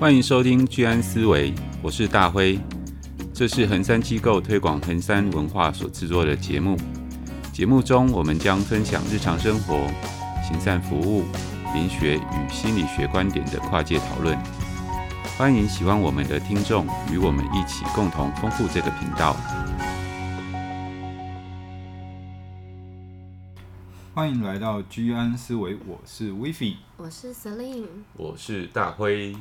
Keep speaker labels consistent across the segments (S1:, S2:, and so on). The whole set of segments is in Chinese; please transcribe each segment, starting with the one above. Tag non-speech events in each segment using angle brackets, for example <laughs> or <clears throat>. S1: 欢迎收听居安思维，我是大辉。这是恒山机构推广恒山文化所制作的节目。节目中，我们将分享日常生活、行善服务、灵学与心理学观点的跨界讨论。欢迎喜欢我们的听众与我们一起共同丰富这个频道。
S2: 欢迎来到居安思维，我是 WiFi。
S3: 我是 Celine，
S1: 我是大辉。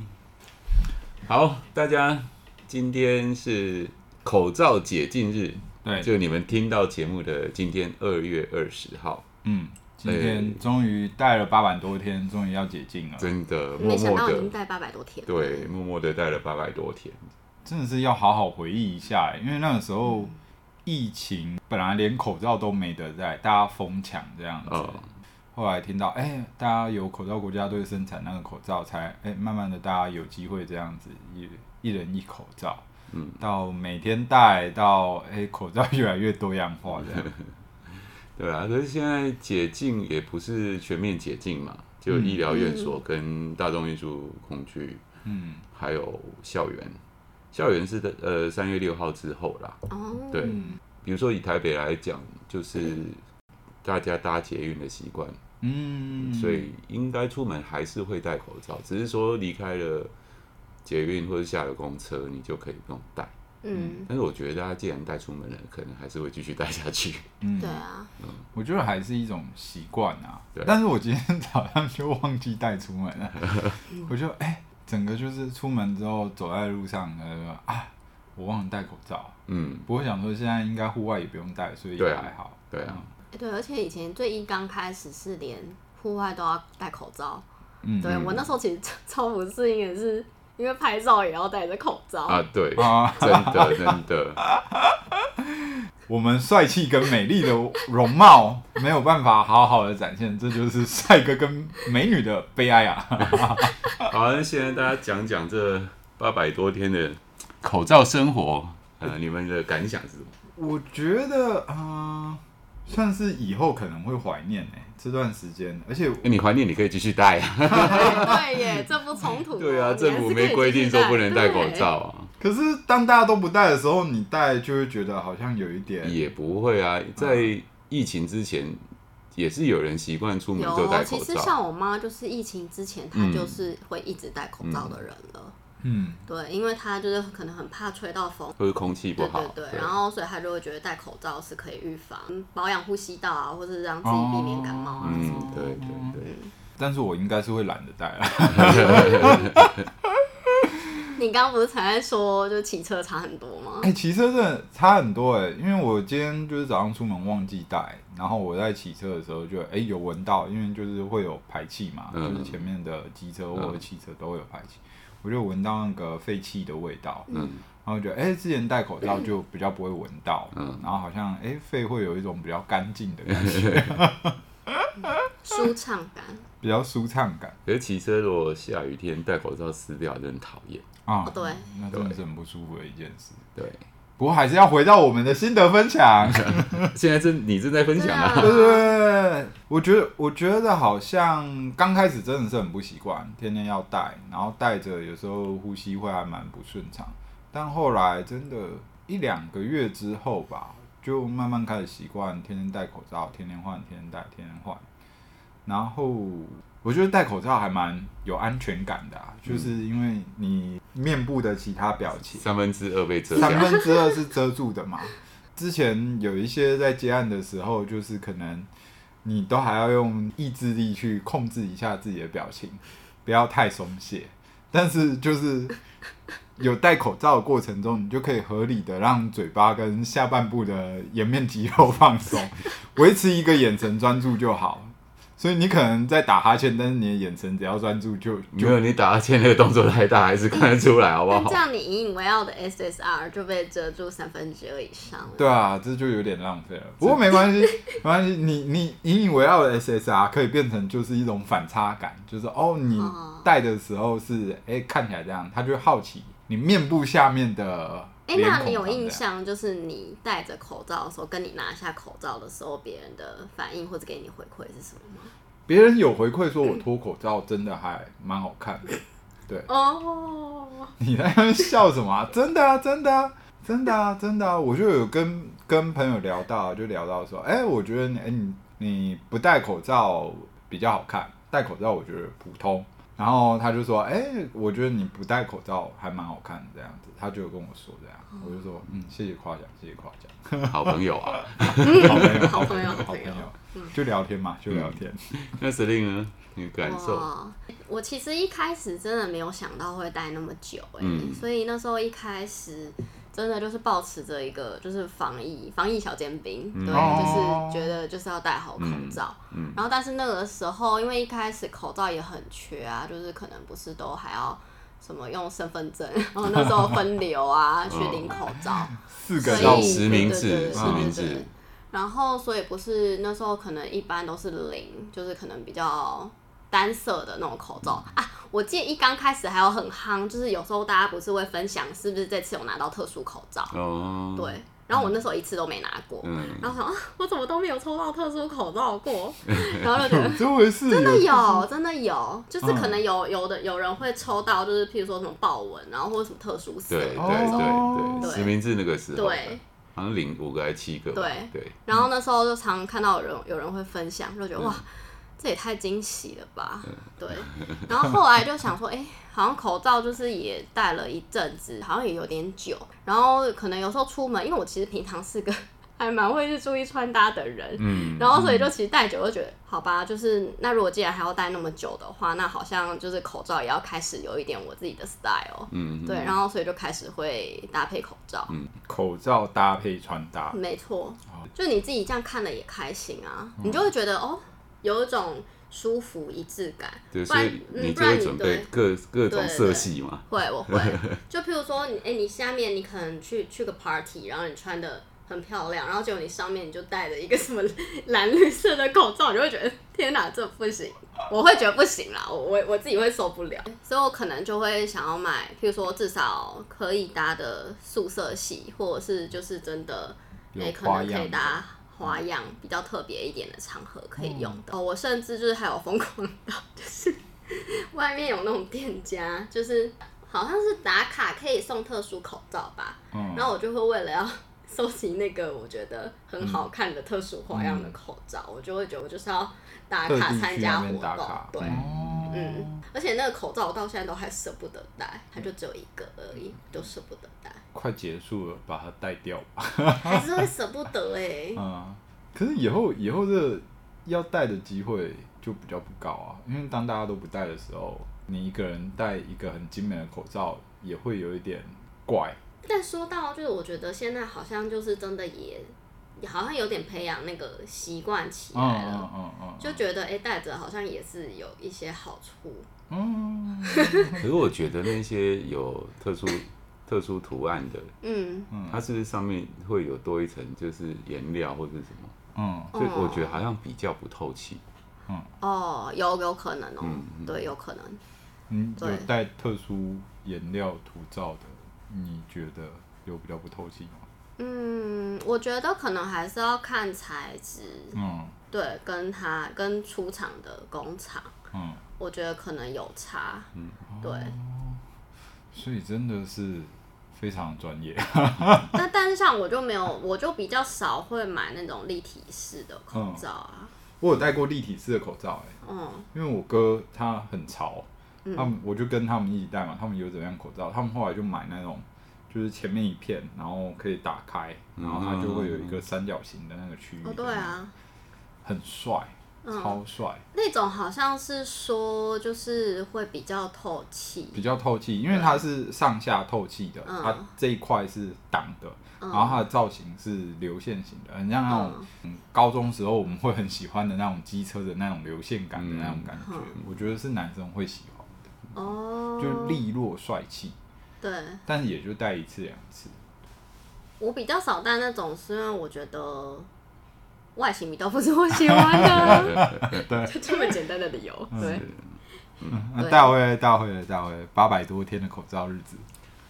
S1: 好，大家，今天是口罩解禁日，
S2: 对，
S1: 就你们听到节目的今天二月二十号，
S2: 嗯，今
S1: 哎
S2: 天终于戴了八百多天，终于要解禁了，
S1: 真的默
S3: 没想
S1: 默
S3: 到已
S1: 的
S3: 经，戴八百多天。
S1: 对，，默默的戴了八百多天，
S2: 真的是要好好回忆一下欸，因为那个时
S1: 嗯
S2: 候疫情本来连口罩都没得戴，大家疯抢这样子。
S1: 哦，
S2: 后来听到，哎、大家有口罩国家队生产那个口罩才，哎、慢慢的大家有机会这样子，一一人一口罩，
S1: 嗯，
S2: 到每天戴，到哎、口罩越来越多样化这样。
S1: <laughs> 对啊，可是现在解禁也不是全面解禁嘛，就医疗院所跟大众运输工具，
S2: 嗯，
S1: 还有校园，校园是的，呃，三月六号之后啦，
S3: 哦，
S1: 对
S2: 嗯
S1: 比如说以台北来讲，就是大家搭捷运的习惯，
S2: 嗯，
S1: 所以应该出门还是会戴口罩，只是说离开了捷运或者下了公车，你就可以不用戴。
S3: 嗯，
S1: 但是我觉得大家既然带出门了，可能还是会继续戴下去。 <laughs>
S2: 嗯
S3: 对啊，
S2: 我觉得还是一种习惯啊
S1: 对。
S2: 但是我今天早上就忘记带出门
S1: <laughs>
S2: 了，我就哎、整个就是出门之后走在路上，呃啊，我忘了戴口罩。
S1: 嗯，
S2: 不过想说现在应该户外也不用戴，所以
S1: 对
S2: 也
S1: 啊
S2: 还好。
S1: 对啊，
S3: 哎对，而且以前最一刚开始是连户外都要戴口罩，
S2: 嗯
S3: 对我那时候其实 <laughs> 超超不适应，也是因为拍照也要戴着口罩。
S1: 啊对，
S3: 哦
S2: 啊，
S1: 真的真的，
S2: 我们帅气跟美丽的容貌没有办法好好的展现，这就是帅哥跟美女的悲哀啊！
S1: 好，那现在大家讲讲这八百多天的口罩生活，
S3: <laughs>
S1: 呃，你们的感想是什么？
S2: 我觉得，嗯、算是以后可能会怀念哎、这段时间，而且
S1: 欸、你怀念你可以继续戴啊，
S3: <laughs> 对对耶，这不冲突哦。
S1: 对啊，
S3: 你还是
S1: 政府
S3: 可以
S1: 没规定
S3: 继续戴
S1: 说不能戴口，罩啊。
S2: 可是当大家都不戴的时候，你戴就会觉得好像有一点，
S1: 也不会啊，
S3: 嗯
S1: 在疫情之前，也是有人习惯出
S3: 对
S1: 门就戴
S3: 有，啊
S1: 口
S3: 其实
S1: 罩。
S3: 像我妈就是疫情之前，她
S1: 嗯
S3: 就是会一直戴口罩的人了。
S2: 嗯，
S3: 对，因为她就是可能很怕吹到风，
S1: 或者空气不
S3: 对
S1: 好，
S3: 对对，然后所以他就会觉得戴口罩是可以预防保养呼吸道啊，或是让自己避免感冒啊什么
S1: 嗯，
S3: 的。
S1: 对对对，
S2: 但是我应该是会懒得戴啊了。
S3: 你刚刚不是才在说就骑车差很多吗
S2: <laughs> 哎、？骑车真的差很多哎、因为我今天就是早上出门忘记带，然后我在骑车的时候就哎、有闻到，因为就是会有排气嘛，
S1: 嗯
S2: 就是前面的机车或者汽车都会有排气，我就闻到那个废气的味道，
S1: 嗯
S2: 然后觉得哎、之前戴口罩就比较不会闻到，
S1: 嗯
S2: 然后好像哎肺、会有一种比较干净的感
S1: <laughs>
S2: 觉，
S3: <laughs> 舒畅感
S2: 比较舒畅感
S1: 可是骑车如果下雨天戴口罩撕掉，就很讨厌。
S2: 啊、
S3: 哦，对，
S2: 那真的是很不舒服的一件事。
S3: <laughs>
S1: 对，
S2: 不过还是要回到我们的心得分享，
S1: 现在正你正在分享啊，
S2: 对
S3: 对
S2: 对
S3: 啊，
S2: 对，我觉得我觉得好像刚开始真的是很不习惯，天天要戴，然后戴着有时候呼吸会还蛮不顺畅，但后来真的，一两个月之后吧，就慢慢开始习惯，天天戴口罩，天天换，天天戴，天天换，然后。我觉得戴口罩还蛮有安全感的、啊，就是因为你面部的其他表情，
S1: 三分之二被遮
S2: 三
S1: 掉。
S2: 分之二是遮住的嘛。之前有一些在接案的时候，就是可能你都还要用意志力去控制一下自己的表情，不要太松懈。但是就是有戴口罩的过程中，你就可以合理的让嘴巴跟下半部的颜面肌肉放松，维持一个眼神专注就好。所以你可能在打哈欠，但是你的眼神只要专注就
S1: 没
S2: 就
S1: 有，你打哈欠那个动作太大，还是看得出来，好不
S3: <laughs> 但这
S1: 好？
S3: 样你引以为傲的 SSR 就被遮住三分之二以上了。
S2: 对啊，这就有点浪费了。不过没关系， <laughs> 没关系。你你引以为傲的 SSR 可以变成就是一种反差感，就是哦，你
S3: 哦
S2: 戴的时候是哎、看起来这样，他就会好奇你面部下面的
S3: 哎，
S2: 脸
S3: 那
S2: 孔
S3: 你有
S2: 长怎
S3: 印
S2: 样？
S3: 象，就是你戴着口罩的时候，跟你拿下口罩的时候，别人的反应或者给你回馈是什么吗？
S2: 别人有回馈说我脱口罩真的还蛮好看的，对，
S3: 哦，
S2: <laughs> 你在那边笑什么、啊？ <laughs> 真的啊，真的啊，真的啊，真的啊！我就有跟跟朋友聊到，就聊到说，哎、我觉得你，哎、你你不戴口罩比较好看，戴口罩我觉得普通。然后他就说，哎、我觉得你不戴口罩还蛮好看的这样子，他就有跟我说这样，我就说，嗯，谢谢夸奖，谢谢夸奖。
S1: 好朋友啊。
S2: 好朋友，
S3: 好朋
S2: 好
S3: 友嗯好
S2: 朋
S3: 朋友
S2: 友，就聊天嘛，就
S1: 嗯
S2: 聊天。
S1: 那 Selin 呢？你的感受？
S3: 哇，我其实一开始真的没有想到会待那么久、哎、
S1: 嗯
S3: 所以那时候一开始真的就是保持着一个就是防疫防疫小尖兵，
S1: 嗯
S3: 对，
S2: 哦
S3: 就是觉得就是要戴好口罩。然后但是那个时候，因为一开始口罩也很缺啊，就是可能不是都还要。什么用身份证？ <laughs> 然后那时候分流
S1: 嗯
S3: 啊，去领口罩。
S2: 四
S3: 所
S2: 个
S3: 以
S1: 到
S2: 到
S1: 实名
S3: 对
S1: 制
S3: 对对
S1: 实
S3: 对
S1: 名
S3: 对
S1: 制
S3: 对然后所以不是那时候可能一般都是零，就是可能比较单色的那种口罩啊。我记得一刚开始还有很夯，就是有时候大家不是会分享是不是这次有拿到特殊口罩？
S1: 哦，
S3: 对，然后我那时候一次都没拿过，
S1: 嗯，
S3: 然后想、啊、我怎么都没有抽到特殊口罩
S1: <laughs>
S3: 过，然后就觉得
S2: 有这回事，
S3: 真的
S2: 有
S3: 有，真的有，就是
S2: 嗯
S3: 可能有有的有人会抽到，就是譬如说什么豹纹，然后或者什么特殊色
S1: 对对
S3: 的，
S1: 对对，
S3: 哦对
S1: 实名制那个时候，
S3: 对，
S1: 好像领五个还七个吧，
S3: 对
S1: 对，
S3: 然后那时候就常看到有人有人会分享，就觉
S1: 嗯
S3: 得哇，这也太惊喜了吧？对。然后后来就想说，哎、好像口罩就是也戴了一阵子，好像也有点久。然后可能有时候出门，因为我其实平常是个还蛮会去注意穿搭的人，
S1: 嗯，
S3: 然后所以就其实戴久就觉得，好吧，就是那如果既然还要戴那么久的话，那好像就是口罩也要开始有一点我自己的 style。
S1: 嗯，
S3: 对，然后所以就开始会搭配口罩。
S2: 口罩搭配穿
S1: 啊
S2: 搭，
S3: 没错，
S1: 哦
S3: 就你自己这样看了也开心啊，
S1: 嗯
S3: 你就会觉得哦，有一种舒服一致感。
S1: 对，
S3: 不
S1: 所
S3: 然
S1: 以
S3: 嗯，
S1: 你
S3: 不
S1: 就
S3: 然
S1: 会
S3: 你
S1: 准备
S3: 对。
S1: 各各种
S3: 对
S1: 色
S3: 对
S1: 系嘛，
S3: 会，
S1: <laughs>
S3: 我会。就譬如说，你哎、你下面你可能去去个 party，然后你穿的很漂亮，然后结果你上面你就戴着一个什么蓝绿色的口罩，你就会觉得天哪，这不行，我会觉得不行啦，我我我自己会受不了，所以我可能就会想要买，譬如说至少可以搭的素色系，或者是就是真的，哎、
S2: 有
S3: 可
S2: 花
S3: 能可
S2: 样
S3: 以
S2: 的
S3: 搭。花样比较特别一点的场合可
S2: 嗯
S3: 以用的、哦，我甚至就是还有疯狂到，就是 <laughs> 外面有那种店家，就是好像是打卡可以送特殊口罩吧，
S2: 嗯
S3: 然后我就会为了要 <laughs> 收集那个我觉得很
S2: 嗯
S3: 好看的特殊花样的口罩，我就会觉得我就是要打
S2: 特
S3: 卡
S2: 地
S3: 参
S2: 去
S3: 加
S2: 那
S3: 活
S2: 边打
S3: 动
S2: 卡，，
S3: 对。
S2: 哦
S3: 嗯，而且那个口罩我到现在都还舍不得戴，它就只有一个而已，就舍不得戴，
S2: 快结束了，把它带掉吧。
S3: 还是会舍不得哎、
S2: 嗯，可是以后以后这要戴的机会就比较不高啊，因为当大家都不戴的时候，你一个人戴一个很精美的口罩，也会有一点怪。
S3: 但说到就是，我觉得现在好像就是真的也，也好像有点培养那个习惯起
S2: 嗯
S3: 来了，
S2: 嗯嗯嗯，
S3: 就觉得哎戴着好像也是有一些好处。
S2: 嗯，
S1: 可是我觉得那些有特殊特殊图案的，
S3: 嗯，
S1: 它是不是上面会有多一层就是颜料或者是什么？
S2: 嗯
S1: 所以我觉得好像比较不透气。
S3: 哦，有有可能哦，
S1: 嗯
S3: 对，有可能。
S2: 嗯，
S3: 对
S2: 有带特殊颜料涂照的，你觉得有比较不透气吗？
S3: 嗯，我觉得可能还是要看材质，
S2: 嗯
S3: 对，跟它跟出厂的工厂，
S2: 嗯，
S3: 我觉得可能有差。嗯，对。
S2: 所以真的是非常专业。
S3: 那但是像我就没有，我就比较少会买那种立体式的口罩啊。
S2: 我有戴过立体式的口罩、欸，
S3: 嗯，
S2: 因为我哥他很潮，他们我就跟他们一起戴嘛，他们有怎样口罩，他们后来就买那种，就是前面一片，然后可以打开，然后它就会有一个三角形的那个区域，
S3: 哦，对，啊，嗯
S2: 很帅，超帅，
S3: 那种好像是说就是会比较透气。
S2: 比较透气，因为它是上下透气的，
S3: 嗯
S2: 它这一块是挡的，然后它的造型是流线型的，很像那种嗯高中时候我们会很喜欢的那种机车的那种流线感的那种感觉，
S3: 嗯
S2: 我觉得是男生会喜欢的，
S3: 哦，
S2: 就利落帅气。
S3: 对，
S2: 但是也就戴一次两次。
S3: 我比较少戴那种，是因为我觉得外形比较不是我喜
S1: <laughs>
S3: 欢的，就这么简单的理由。对，
S2: 那
S3: 对
S2: 大会大会大会八百多天的口罩日子，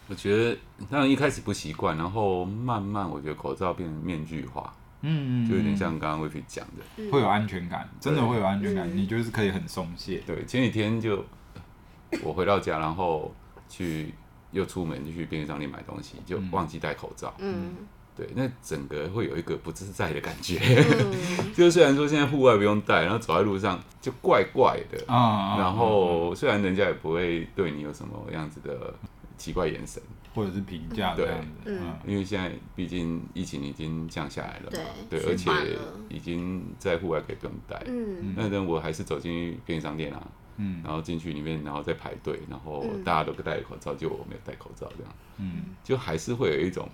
S1: 我觉得当然一开始不习惯，然后慢慢我觉得口罩变面具化，
S2: 嗯
S1: 就有点像刚刚薇菲讲的。
S3: 嗯
S2: 会有安全感，真的会有安全感，你就是可以很松懈。
S1: 对，前几天就我回到家，然后去又出门就去便利商店买东西，就忘记戴口罩。
S3: 嗯
S1: 对，那整个会有一个不自在的感觉。<laughs>
S3: 嗯，
S1: 就虽然说现在户外不用戴，然后走在路上就怪怪的，
S2: 啊，
S1: 然后虽然人家也不会对你有什么样子的奇怪眼神，
S2: 嗯或者是评价这样子，
S3: 对
S2: 嗯，
S1: 因为现在毕竟疫情已经降下来了嘛，对，
S3: 对趋
S1: 而且
S3: 缓了
S1: 已经在户外可以不用戴。
S3: 嗯
S1: 那但我还是走进去便利商店啊，
S2: 嗯
S1: 然后进去里面，然后再排队，然后
S3: 嗯
S1: 大家都戴口罩，就我没有戴口罩，这样
S2: 嗯
S1: 就还是会有一种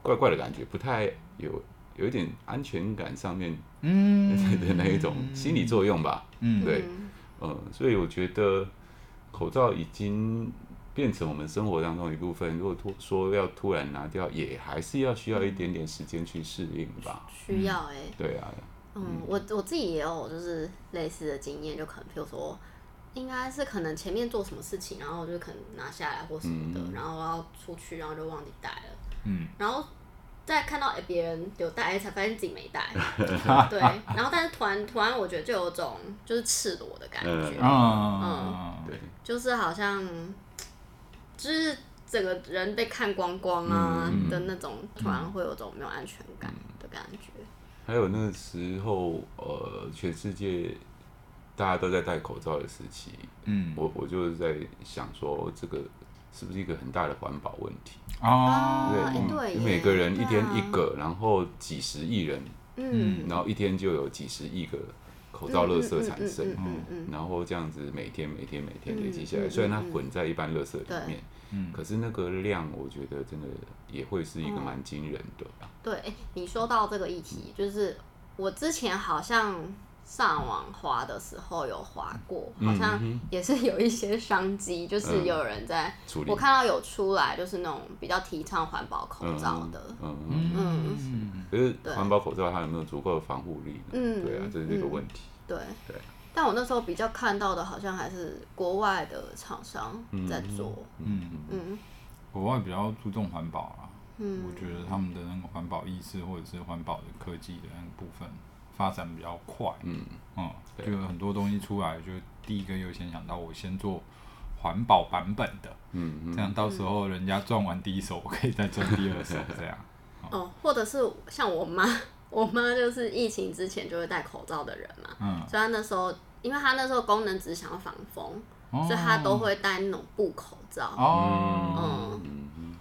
S1: 怪怪的感觉，不太有有一点安全感上面
S2: 嗯
S1: 的那一种心理作用吧。
S2: 嗯
S1: 对
S3: 嗯
S1: 嗯，所以我觉得口罩已经变成我们生活当中的一部分。如果突说要突然拿掉，也还是要需要一点点时间去适应吧。
S3: 需要哎、
S1: 对啊，
S3: 嗯，我我自己也有就是类似的经验，就可能譬如说，应该是可能前面做什么事情，然后就可能拿下来或什么的，
S1: 嗯
S3: 然后要出去，然后就忘记带了，
S2: 嗯
S3: 然后再看到哎别人有带，哎才发现自己没
S1: <laughs>
S3: 带，对，然后但是突然突然我觉得就有种就是赤裸的感觉，
S1: 嗯
S3: 嗯
S2: 啊，
S1: 对，
S3: 就是好像就是整个人被看光光啊
S1: 嗯嗯嗯
S3: 的那种，突然会有种没有安全感的感觉，
S1: 还有那时候呃，全世界大家都在戴口罩的时期，
S2: 嗯
S1: 我我就是在想说，这个是不是一个很大的环保问题？
S2: 哦，
S3: 啊哎
S1: 嗯
S3: 对耶
S1: 每个人一天
S3: 对啊
S1: 一个，然后几十亿人，
S3: 嗯，
S1: 然后一天就有几十亿个口罩垃圾产生。
S3: 嗯嗯嗯嗯嗯
S1: 然后这样子每天每天每天
S3: 嗯
S1: 累积下来，
S3: 嗯
S1: 虽然它
S3: 嗯
S1: 混在一般垃圾里面，
S2: 嗯
S1: 可是那个量我觉得真的也会是
S3: 嗯
S1: 一个蛮惊人的。
S3: 对，诶你说到这个议题，就是我之前好像上网滑的时候有滑过，好像
S1: 嗯
S3: 也是有一些商机，就是
S1: 嗯
S3: 有人在，
S1: 处理
S3: 我看到有出来就是那种比较提倡环保口罩的，
S1: 嗯嗯，
S2: 嗯
S1: 可是环保口罩它有没有足够的防护力呢？
S3: 嗯
S1: 对啊，这是这个问题。
S3: 对。
S1: 对
S3: 但我那时候比较看到的，好像还是国外的厂商在做，
S2: 嗯，
S3: 嗯
S2: 国外比较注重环保啦，
S3: 嗯
S2: 我觉得他们的那个环保意识或者是环保的科技的那个部分发展比较快，
S1: 嗯
S2: 嗯，
S1: 对
S2: 就有很多东西出来，就第一个优先想到我先做环保版本的，
S1: 嗯嗯
S2: 这样到时候人家赚完第一手，我可以再赚第二手，这样，
S3: 哦，或者是像我妈，我妈就是疫情之前就会戴口罩的人嘛，
S2: 嗯，
S3: 所以她那时候，因为她那时候功能只想要防风， <laughs> 所以她都会戴那种布口罩。
S2: 哦，
S3: 嗯，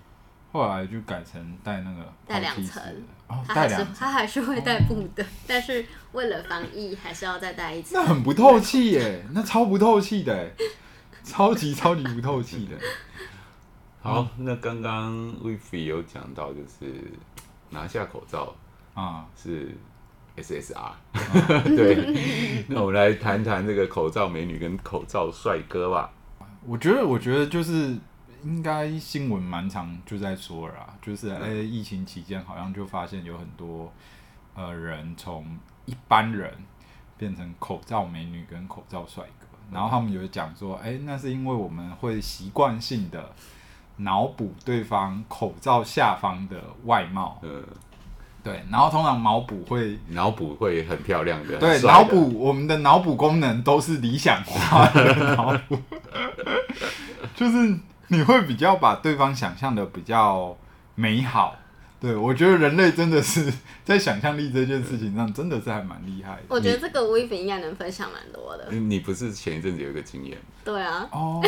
S2: 后来就改成戴那个
S3: 戴两
S2: 抛弃式
S3: 层
S2: 的，哦，
S3: 她
S2: 戴
S3: 还是
S2: 两层，
S3: 她还是会戴布的，但是为了防疫，还是要再戴一次
S2: 那。很不透气耶，那超不透气的耶，超级超级不透气的，
S1: 好，那刚刚 Vivi 有讲到，就是拿下口罩
S2: 啊，
S1: 是 SSR，对。那我们来谈谈这个口罩美女跟口罩帅哥吧。
S2: 我觉得，我觉得就是应该新闻蛮常就在说了啦，就是哎、疫情期间好像就发现有很多呃人从一般人变成口罩美女跟口罩帅哥，然后他们有讲说，哎、那是因为我们会习惯性的脑补对方口罩下方的外貌，
S1: 嗯，
S2: 对，然后通常脑补会。
S1: 脑补会很漂亮的，啊
S2: 对
S1: 很，帅的
S2: 脑补我们的脑补功能都是理想化的脑补， <laughs> 就是你会比较把对方想象的比较美好。对我觉得人类真的是在想象力这件事情上，真的是还蛮厉害的。
S3: 我觉得这个 w i v i 应该能分享蛮多的。
S1: 你你不是前一阵子有一个经验，
S3: 对啊，
S2: 哦，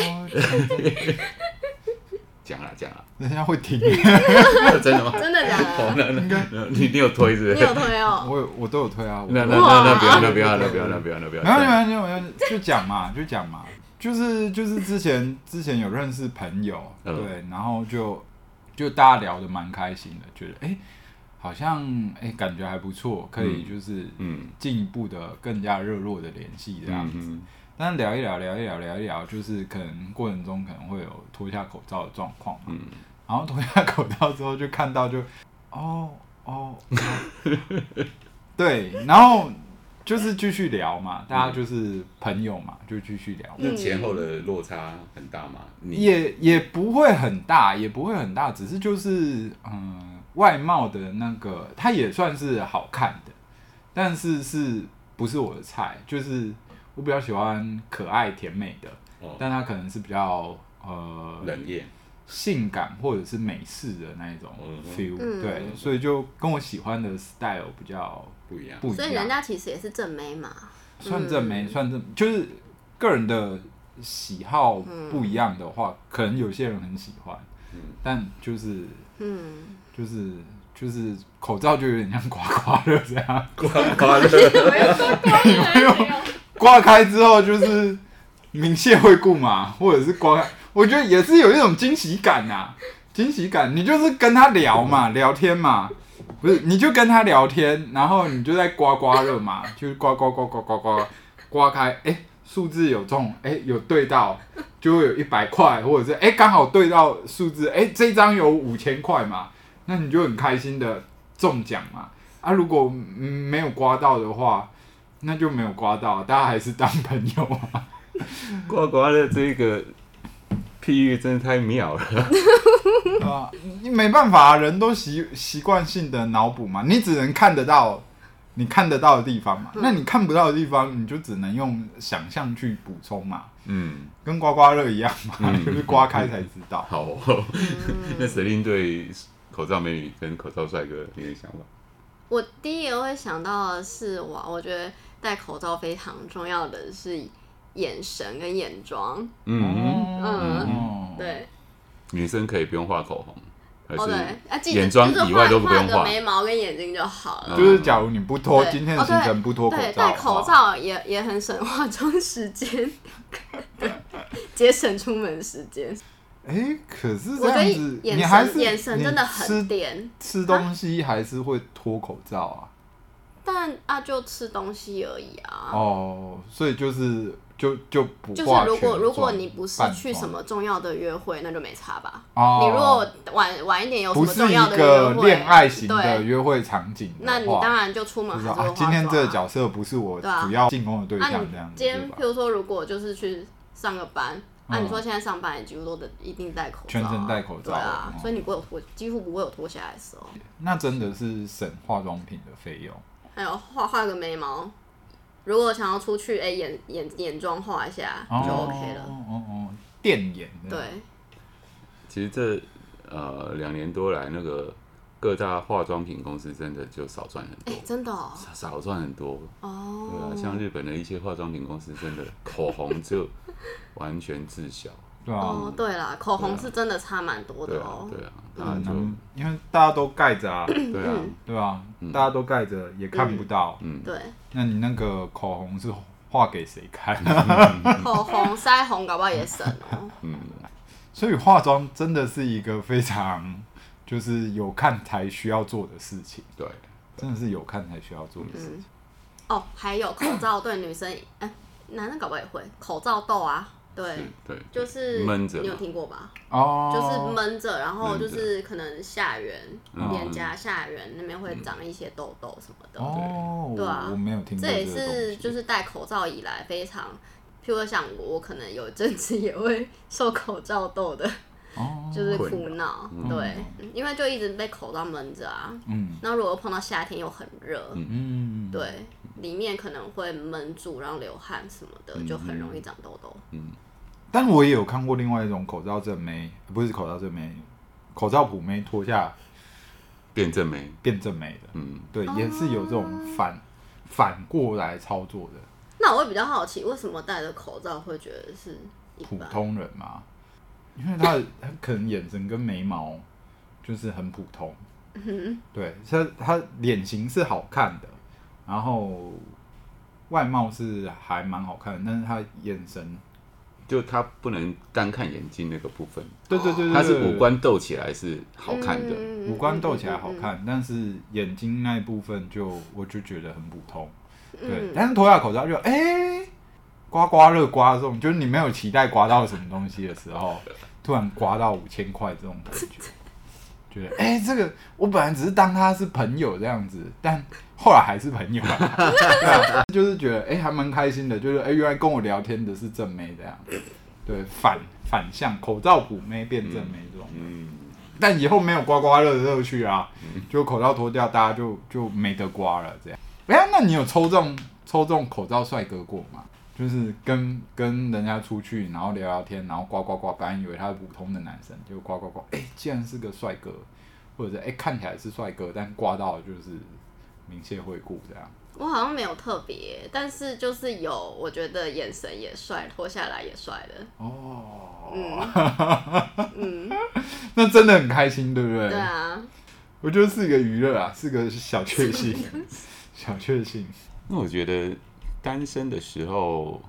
S1: 讲啦讲啦， <laughs>
S2: 人家会听，
S1: 真
S2: <laughs>
S1: 的吗？
S3: 真的假
S1: 哦，
S3: 的？
S1: 那那 <laughs> 你你有推是不
S3: 你
S1: 是
S3: 有？推哦？
S2: 我有我都有推啊。我
S1: 那那
S3: 哇
S1: 那那不要那不要那不要那不要那不要！
S2: 没有没有没有没有，就讲嘛， <laughs> 就讲嘛，就是就是之前之前有认识朋友，
S1: 嗯
S2: 对，然后就就大家聊得蛮开心的，觉得哎、诶好像哎、诶感觉还不错，可以
S1: 嗯
S2: 就是
S1: 嗯
S2: 进一步的更加热络的联系这样
S1: 嗯
S2: 子。
S1: 嗯
S2: 但聊一聊聊一聊聊一聊，就是可能过程中可能会有脱下口罩的状况嘛，
S1: 嗯，
S2: 然后脱下口罩之后就看到就哦哦，哦 <laughs> 对，然后就是继续聊嘛，大家就是朋友嘛，就继续聊，
S1: 那前后的落差很大吗？你
S2: 也也不会很大，也不会很大，只是就是嗯，外貌的那个，它也算是好看的，但是是不是我的菜？就是我比较喜欢可爱甜美的，
S1: 哦
S2: 但它可能是比较呃
S1: 冷艳，
S2: 性感或者是美式的那一种
S1: 嗯哼
S2: feel，、
S3: 嗯
S2: 对，所以就跟我喜欢的 style 比较
S1: <laughs> 不一样。
S2: 不一
S3: 所以人
S2: 样。
S3: 家其嗯实也是正妹嘛，
S2: 算正没算正，就是个人的喜好不一样的话，可能有些人很喜欢，
S1: 嗯
S2: 但就是
S3: 嗯，
S2: 就是就是口罩就有点像刮刮乐这样，
S1: 刮刮乐， <laughs>
S3: 没有说光没有，
S2: <laughs> 刮开之后就是明谢惠顾嘛，或者是刮，我觉得也是有一种惊喜感呐、惊喜感，你就是跟他聊嘛，聊天嘛，不是你就跟他聊天，然后你就在刮刮乐嘛，就是刮刮刮刮刮刮刮开，哎、数字有中，哎、有对到，就会有一百块，或者是哎刚、好对到数字，哎、这张有五千块嘛，那你就很开心的中奖嘛。啊，如果、嗯没有刮到的话，那就没有刮到，大家还是当朋友 <laughs> 啊。
S1: 刮刮乐这个譬喻真的太妙了。
S2: 啊，你没办法、人都习习惯性的脑补嘛，你只能看得到你看得到的地方嘛，那你看不到的地方，你就只能用想象去补充嘛，
S1: 嗯，
S2: 跟刮刮乐一样嘛，
S1: 嗯
S2: <laughs> 就是刮开才知道。
S1: 好、哦。<laughs>
S3: 嗯
S1: 那指令对口罩美女跟口罩帅哥，你的想法？
S3: 我第一个会想到的是我，我觉得戴口罩非常重要的是眼神跟眼妆，
S1: 嗯，
S2: 哦，
S3: 嗯对，
S1: 女生可以不用画口红，而
S3: 哦
S1: 是
S3: 对，啊，记得
S1: 眼妆以外都不用
S3: 就是换换
S1: 画
S3: 个眉毛跟眼睛就好了。
S2: 就是假如你不脱
S3: 对
S2: 今天
S3: 哦
S2: 的行
S3: 对
S2: 程，不脱口罩啊
S3: 对，
S2: 的话，
S3: 戴口罩也也很省化妆时间，节省出门时间。
S2: 哎、可是这
S3: 我觉得
S2: 样子，
S3: 眼
S2: 你还是
S3: 神眼神真的很啊
S2: 你吃
S3: 点，
S2: 吃东西还是会脱口罩啊。
S3: 但啊就吃东西而已啊。
S2: 哦，所以就是就就不
S3: 就是
S2: 化
S3: 如果
S2: 全
S3: 如果
S2: 妆
S3: 你不是
S2: 半
S3: 去
S2: 妆
S3: 什么重要的约会，那就没差吧。
S2: 哦，
S3: 你如果晚晚一点有什
S2: 不
S3: 么
S2: 是
S3: 重
S2: 一
S3: 要的
S2: 个
S3: 约会，
S2: 恋爱型的
S3: 对，
S2: 约会场景的话，
S3: 那你当然就出门
S2: 就是
S3: 还
S2: 说
S3: 是会化
S2: 啊，
S3: 妆
S2: 今天这个
S3: 啊
S2: 角色不是我
S3: 对啊
S2: 主要进攻的对
S3: 啊，
S2: 象
S3: 你，
S2: 这样子
S3: 今
S2: 对
S3: 天
S2: 吧
S3: 譬？如说，如果就是去上个班，那、
S2: 嗯
S3: 你说现在上班也几乎都得一定戴口罩啊，
S2: 全程戴口罩
S3: 对啊，
S2: 嗯
S3: 所以你不会有脱，几乎不会有脱下来的时候。
S2: 那真的是省化妆品的费用。
S3: 还有画画个眉毛，如果想要出去，哎、眼眼眼妆画一下、
S2: 哦
S3: 就 OK 了。
S2: 哦哦哦，电眼的
S3: 对，
S1: 其实这呃两年多来，那个各大化妆品公司真的就少赚很
S3: 哎、
S1: 多，
S3: 真的哦，
S1: 少少赚很多。对
S3: 哦
S1: 啊，，像日本的一些化妆品公司，真的口红就完全滞销。
S2: 对啊，
S3: 哦，对啦，口红
S1: 对啊
S3: 是真的差蛮多
S1: 对
S3: 的
S1: 啊
S3: 哦，。
S1: 对啊，
S2: 对
S1: 那就
S2: 嗯因为大家都盖着
S3: <clears throat>
S2: 啊，
S1: 对啊，
S2: 对吧？
S1: 嗯
S2: 大家都盖着，也看不到。
S1: 嗯，
S3: 对，
S2: 那你那个口红是画给谁看？
S3: 口红、腮红搞不好也省
S2: <laughs>
S3: 哦。
S1: 嗯，
S2: 所以化妆真的是一个非常 <laughs> 就是有看才需要做的事情，
S1: 对，
S2: 真的是有看才需要做的事情。
S3: 哦，还有口罩对女生，哎、男生搞不好也会口罩痘啊，对。
S1: 是对，
S3: 就是
S1: 闷着嘛
S3: 你有听过吧？嗯就是
S2: 哦，
S3: 闷着，然后
S1: 闷着
S3: 就是可能下缘、
S1: 嗯
S3: 脸颊下缘那边会长一些痘痘什么的。
S2: 哦，
S3: 对啊
S2: 我没有听过
S3: 这也
S2: 个东
S3: 是
S2: 西
S3: 就是戴口罩以来非常，譬如说像我，我可能有一阵子也会受口罩
S1: <laughs>
S3: 痘的，
S2: 哦，
S3: 就是
S1: 困嗯
S3: 苦恼。对，因为就一直被口罩闷着啊。
S2: 嗯
S3: 那如果碰到夏天又很热，
S2: 嗯，
S3: 对，里面可能会闷住，然后流汗什么
S1: 嗯
S3: 的，就很容易长痘痘。
S2: 但我也有看过另外一种口罩正妹，不是口罩正妹，口罩普妹脱下
S1: 变正美，
S2: 变正妹的，
S1: 嗯，
S2: 对，也是有这种反反过来操作的
S3: 那我会比较好奇，为什么戴着口罩会觉得是一
S2: 普
S3: 般？
S2: 通人嘛，因为她的她可能眼神跟眉毛就是很普通，
S3: 嗯
S2: 对，她她脸型是好看的，然后外貌是还蛮好看的，但是她眼神，
S1: 就它不能单看眼睛那个部分，
S2: 对对对对，
S1: 它是
S2: 对
S1: 五，官斗起来是好看的，
S3: 嗯
S2: 五官斗起来好。看，但是眼睛那一部分就我就觉得很普通，
S3: 嗯
S2: 对，
S3: 嗯嗯
S2: 但是脱下口罩就哎、刮刮乐刮中，就是你没有期待刮到什么东西的时候，突然刮到五千块这种感觉，觉得哎、这个我本来只是当他是朋友这样子，但后来还是朋友、啊， <laughs> 对啊就是觉得哎、还蛮开心的，就是哎、原来跟我聊天的是正妹这样，对，反反向口罩普妹变正妹这种，
S1: 嗯，
S2: 但以后没有刮刮乐的乐趣啊，就口罩脱掉，大家就就没得刮了这样。哎、那你有抽中抽中口罩帅哥过吗？就是跟跟人家出去，然后聊聊天，然后呱呱呱，本来以为他是普通的男生，就呱呱呱，哎、竟然是个帅哥，或者是哎、看起来是帅哥，但刮到就是明谢惠顾这样。
S3: 我好像没有特别，但是就是有，我觉得眼神也帅，脱下来也帅的。
S2: 哦，
S3: 嗯，
S2: 那真的很开心，对不 <laughs> 对？
S3: 对啊，
S2: 我觉得是一个娱乐啊，是个小确
S3: <laughs>
S2: 幸，小确幸。
S1: 那我觉得单身的时候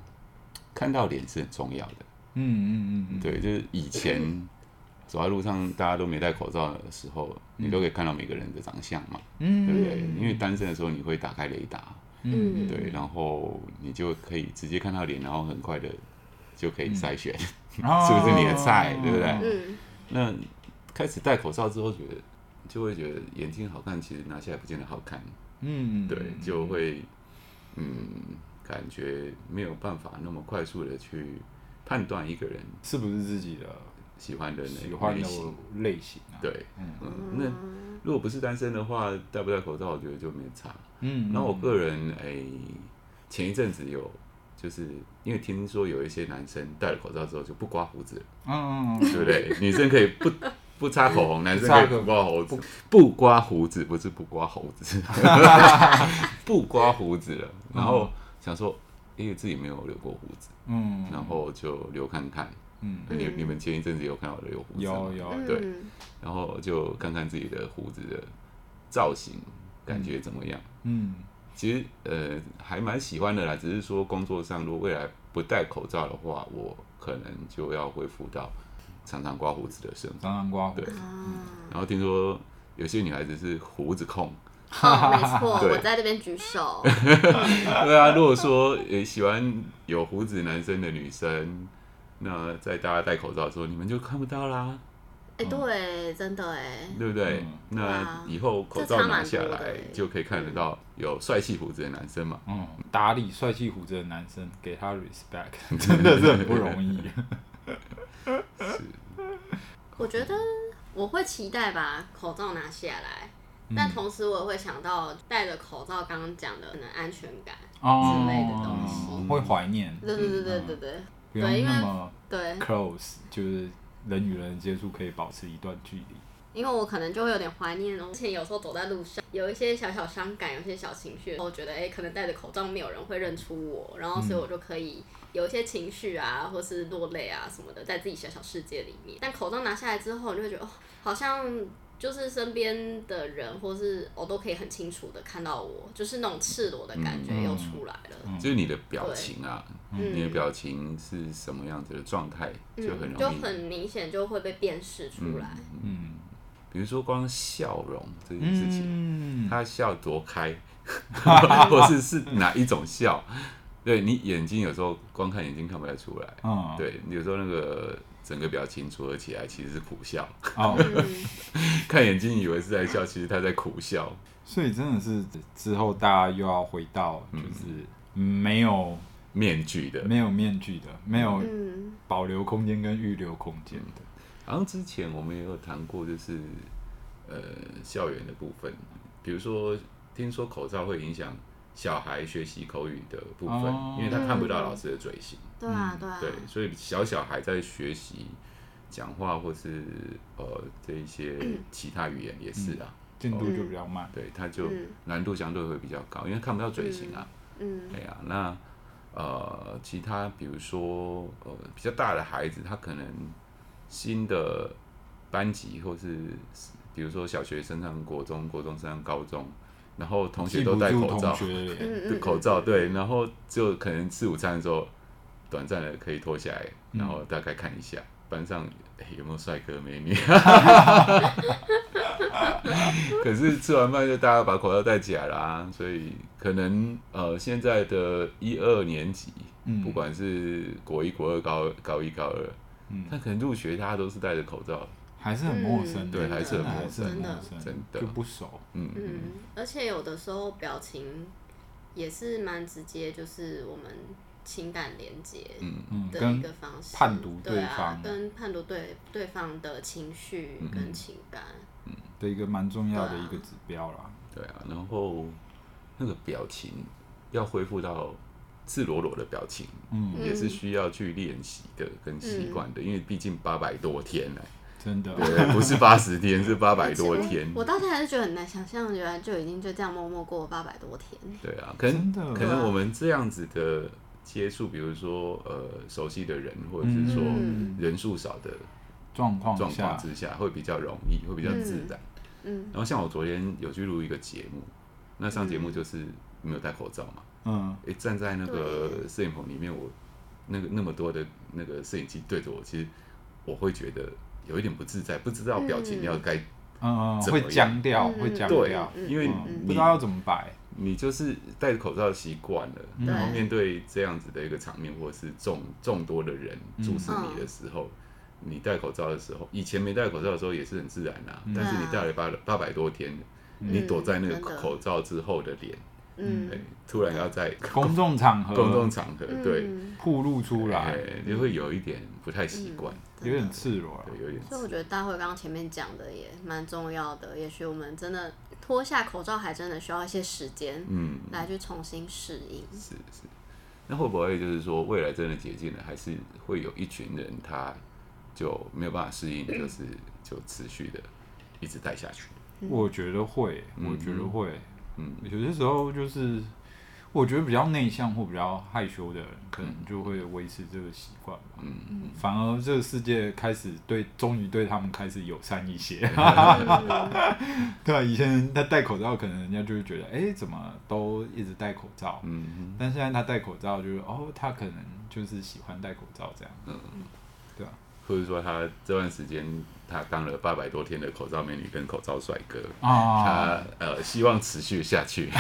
S1: 看到脸是很重要的。
S2: 嗯嗯嗯嗯，
S1: 对，就是以前走在路上大家都没戴口罩的时候，你都可以看到每个人的长相嘛，
S2: 嗯，
S1: 对不对？因为单身的时候你会打开雷达，
S3: 嗯，
S1: 对，然后你就可以直接看到脸，然后很快的就可
S2: 嗯
S1: 以筛选。
S2: 哦
S1: 是不是你的菜对不对
S3: 嗯，
S1: 那开始戴口罩之后，觉得就会觉得眼睛好看，其实拿下来不见得好看，
S2: 嗯，
S1: 对，就会嗯，感觉没有办法那么快速的去判断一个人
S2: 是不是自己的
S1: 喜欢的
S2: 喜
S1: 那
S2: 欢
S1: 类
S2: 的
S1: 型。
S2: 类型啊？，
S1: 对，
S2: 嗯
S1: 嗯，那如果不是单身的话，戴不戴口罩，我觉得就没差。
S2: 嗯，
S1: 然后我个人，哎、前一阵子有，就是因为听说有一些男生戴了口罩之后就不刮胡子了，
S2: 嗯，嗯
S1: 对不
S2: <laughs>
S1: 对？女生可以不不擦口红，男生可以
S2: 不擦口
S1: 不刮胡子，不刮胡子不是不刮猴
S2: <laughs>
S1: 子，不刮胡子了。然后想说，因为自己没有留过胡子，
S2: 嗯，
S1: 然后就留看看。
S2: 嗯，
S1: 你
S3: 嗯
S1: 你们前一阵子有看到我留胡子吗
S2: 有有，
S1: 对
S3: 嗯，
S1: 然后就看看自己的胡子的造型，感觉怎么样？
S2: 嗯
S1: 其实呃还蛮喜欢的啦，只是说工作上如果未来不戴口罩的话，我可能就要恢复到常常刮胡子的生活。
S2: 当然刮胡
S1: 对，
S3: 啊，
S1: 然后听说有些女孩子是胡子控，
S3: 哦，没错，
S1: 对
S3: 我在这边举手，
S1: 对啊，如果说呃喜欢有胡子男生的女生，那在大家戴口罩的时候，你们就看不到啦，
S3: 哎，对，真的哎，
S1: 对不对？
S2: 嗯
S1: 那以后口罩拿下
S3: 这差蛮多
S1: 来
S3: 的欸
S1: 就可以看得到有帅气胡子的男生嘛。
S2: 嗯，打理帅气胡子的男生，给他 <laughs> respect，真的是很不容易。
S3: 我觉得我会期待把口罩拿下来，但同时我也会想到戴着口罩刚刚讲的可能安全感。
S2: <laughs> 哦
S3: 之类的东西
S2: 会怀念，嗯
S3: 对对对对对对
S2: 不用
S3: 对因为
S2: 那
S3: 嗯
S2: 么
S3: 对，
S2: close，就是人与人的接触可以保持一段距离。
S3: 因为我可能就会有点怀念哦，之前有时候走在路上，有一些小小伤感，有一些小情绪，我觉得哎，可能戴着口罩没有人会认出我，然后所以我就可以有一些情绪啊，或是落泪啊什么的，在自己小小世界里面。但口罩拿下来之后，你就会觉得哦，好像就是身边的人或是我都可以很清楚的看到我，就是那种赤裸的感觉
S2: 嗯
S3: 又出来了。
S1: 就是你的表情啊，
S3: 嗯
S1: 你的表情是什么样子的状态，就很
S3: 嗯，就
S1: 容易。
S3: 很明显就会被辨识出来。
S2: 嗯，
S1: 比如说光笑容这件事情，
S2: 嗯，
S1: 他笑多开，或是是哪一种笑？对你眼睛有时候光看眼睛看不太出来，
S2: 嗯，
S1: 对，有时候那个整个表情组合起来其实是苦笑， <laughs>
S2: 哦，
S3: 嗯，
S1: 看眼睛以为是在笑，其实他在苦笑。
S2: 所以真的是之后大家又要回到
S1: 嗯
S2: 就是没有
S1: 面具的，
S2: 没有面具的，没有
S3: 嗯，
S2: 保留空间跟预留空间的。
S1: 好像之前我们也有谈过，就是呃校园的部分，比如说听说口罩会影响小孩学习口语的部分，
S2: 哦
S1: 因为他看不到老师的嘴型。
S3: 对啊，对啊，
S1: 对，所以小小孩在学习讲话或是呃这一
S3: <clears throat>
S1: 些其他语言也是啊，
S2: 进度就比较慢。
S1: 对，他就
S3: 嗯
S1: 难度相对会比较高，因为看不到嘴型啊，
S3: 嗯
S1: 对啊，那呃其他比如说呃比较大的孩子，他可能新的班级或是比如说小学升上国中，国中升上高中，然后同学
S2: 记
S1: 都
S2: 不
S1: 戴
S2: 住
S1: 口罩
S2: 同，学的脸，
S3: 嗯
S1: 的
S3: 嗯，
S1: 口罩，对，然后就可能吃午餐的时候，短暂的可以脱下来，
S2: 嗯
S1: 然后大概看一下班上、哎有没有帅哥美女。 <laughs> 可是吃完饭就大家把口罩戴起来啦、所以可能呃现在的一二年级，
S2: 嗯
S1: 不管是国一、国二、高高一、高二，
S2: 嗯
S1: 他可能入学大家都是戴着口罩，
S2: 还是很陌生的，
S1: 对还是很陌
S2: 还是很
S3: 生
S2: 陌生，
S1: 真的
S2: 就不熟。
S1: 嗯
S3: 嗯，而且有的时候表情也是蛮直接，就是我们情感连接
S2: 嗯，
S3: 的一
S2: 跟
S3: 个方式，
S2: 判读
S3: 对
S2: 方
S3: 啊，跟判读对对方的情绪跟情感，
S2: 的一个蛮重要的一个指标啦。
S1: 对啊，然后那个表情要恢复到赤裸裸的表情，
S2: 嗯
S1: 也是需要去练习的跟习惯的，因为毕竟八百多天呢、
S2: 真的，
S1: 对，不是八十天，是八百
S3: <laughs>
S1: 多天。
S3: 我到现在还是觉得很难想象，原来就已经就这样默默过八百多天。
S1: 对啊，可能
S2: 真的
S1: 可能我们这样子的接触，比如说呃熟悉的人，或者是说
S3: 嗯
S1: 人数少的
S2: 状况
S1: 状况
S2: 下，
S1: 之下，会比较容易，会比较自然。
S3: 嗯
S1: 然后像我昨天有去录一个节目，那上节目就是没有戴口罩嘛，
S2: 嗯，
S1: 诶，站在那个摄影棚里面，我那个那么多的那个摄影机对着我，其实我会觉得有一点不自在，不知道表情要该、
S2: 嗯嗯，
S1: 怎么
S2: 会
S1: 样
S2: 僵掉，
S3: 嗯
S2: 会僵
S1: 对啊
S2: 掉，，
S1: 因为
S2: 嗯，不
S1: 你
S2: 知道要怎么摆，
S1: 你就是戴着口罩习惯了，
S2: 嗯
S1: 然后面对这样子的一个场面，或者是众众多的人
S2: 嗯
S1: 注视你的时候，你戴口罩的时候，以前没戴口罩的时候也是很自然啊，
S2: 嗯
S1: 但是你戴了八八百多天，你躲在那个口罩之后的脸，
S3: 嗯
S1: 哎，突然要在
S2: 公众场合
S1: 公众场合，对，
S3: 嗯
S2: 暴露出来，
S1: 哎就会有一点不太习惯，
S2: 有点赤裸了，
S1: 对，有点
S3: 嗯所以我觉得大会刚刚前面讲的也蛮重要的，也许我们真的脱下口罩，还真的需要一些时间
S1: 嗯。
S3: 来去重新适应。
S1: 是是，那会不会就是说未来真的解禁了，还是会有一群人他就没有办法适
S3: <clears throat>
S1: 应，就是就持续的一直戴下去？
S2: 我觉得会，
S1: 嗯
S2: 我觉得会，
S1: 嗯，
S2: 有些时候就是，我觉得比较内向或比较害羞的人，可
S1: 嗯
S2: 能就会维持这个习惯吧。嗯，反而这个世界开始对，终于对他们开始友善一些。 <laughs> 对啊，以前他戴口罩，可能人家就会觉得，哎、怎么都一直戴口罩？
S1: 嗯，
S2: 但现在他戴口罩，就是哦，他可能就是喜欢戴口罩这样。嗯，对啊。
S1: 或者说他这段时间他当了八百多天的口罩美女跟口罩帅哥，
S2: 啊，
S3: 哦
S1: 他呃希望持续下去。
S3: <laughs>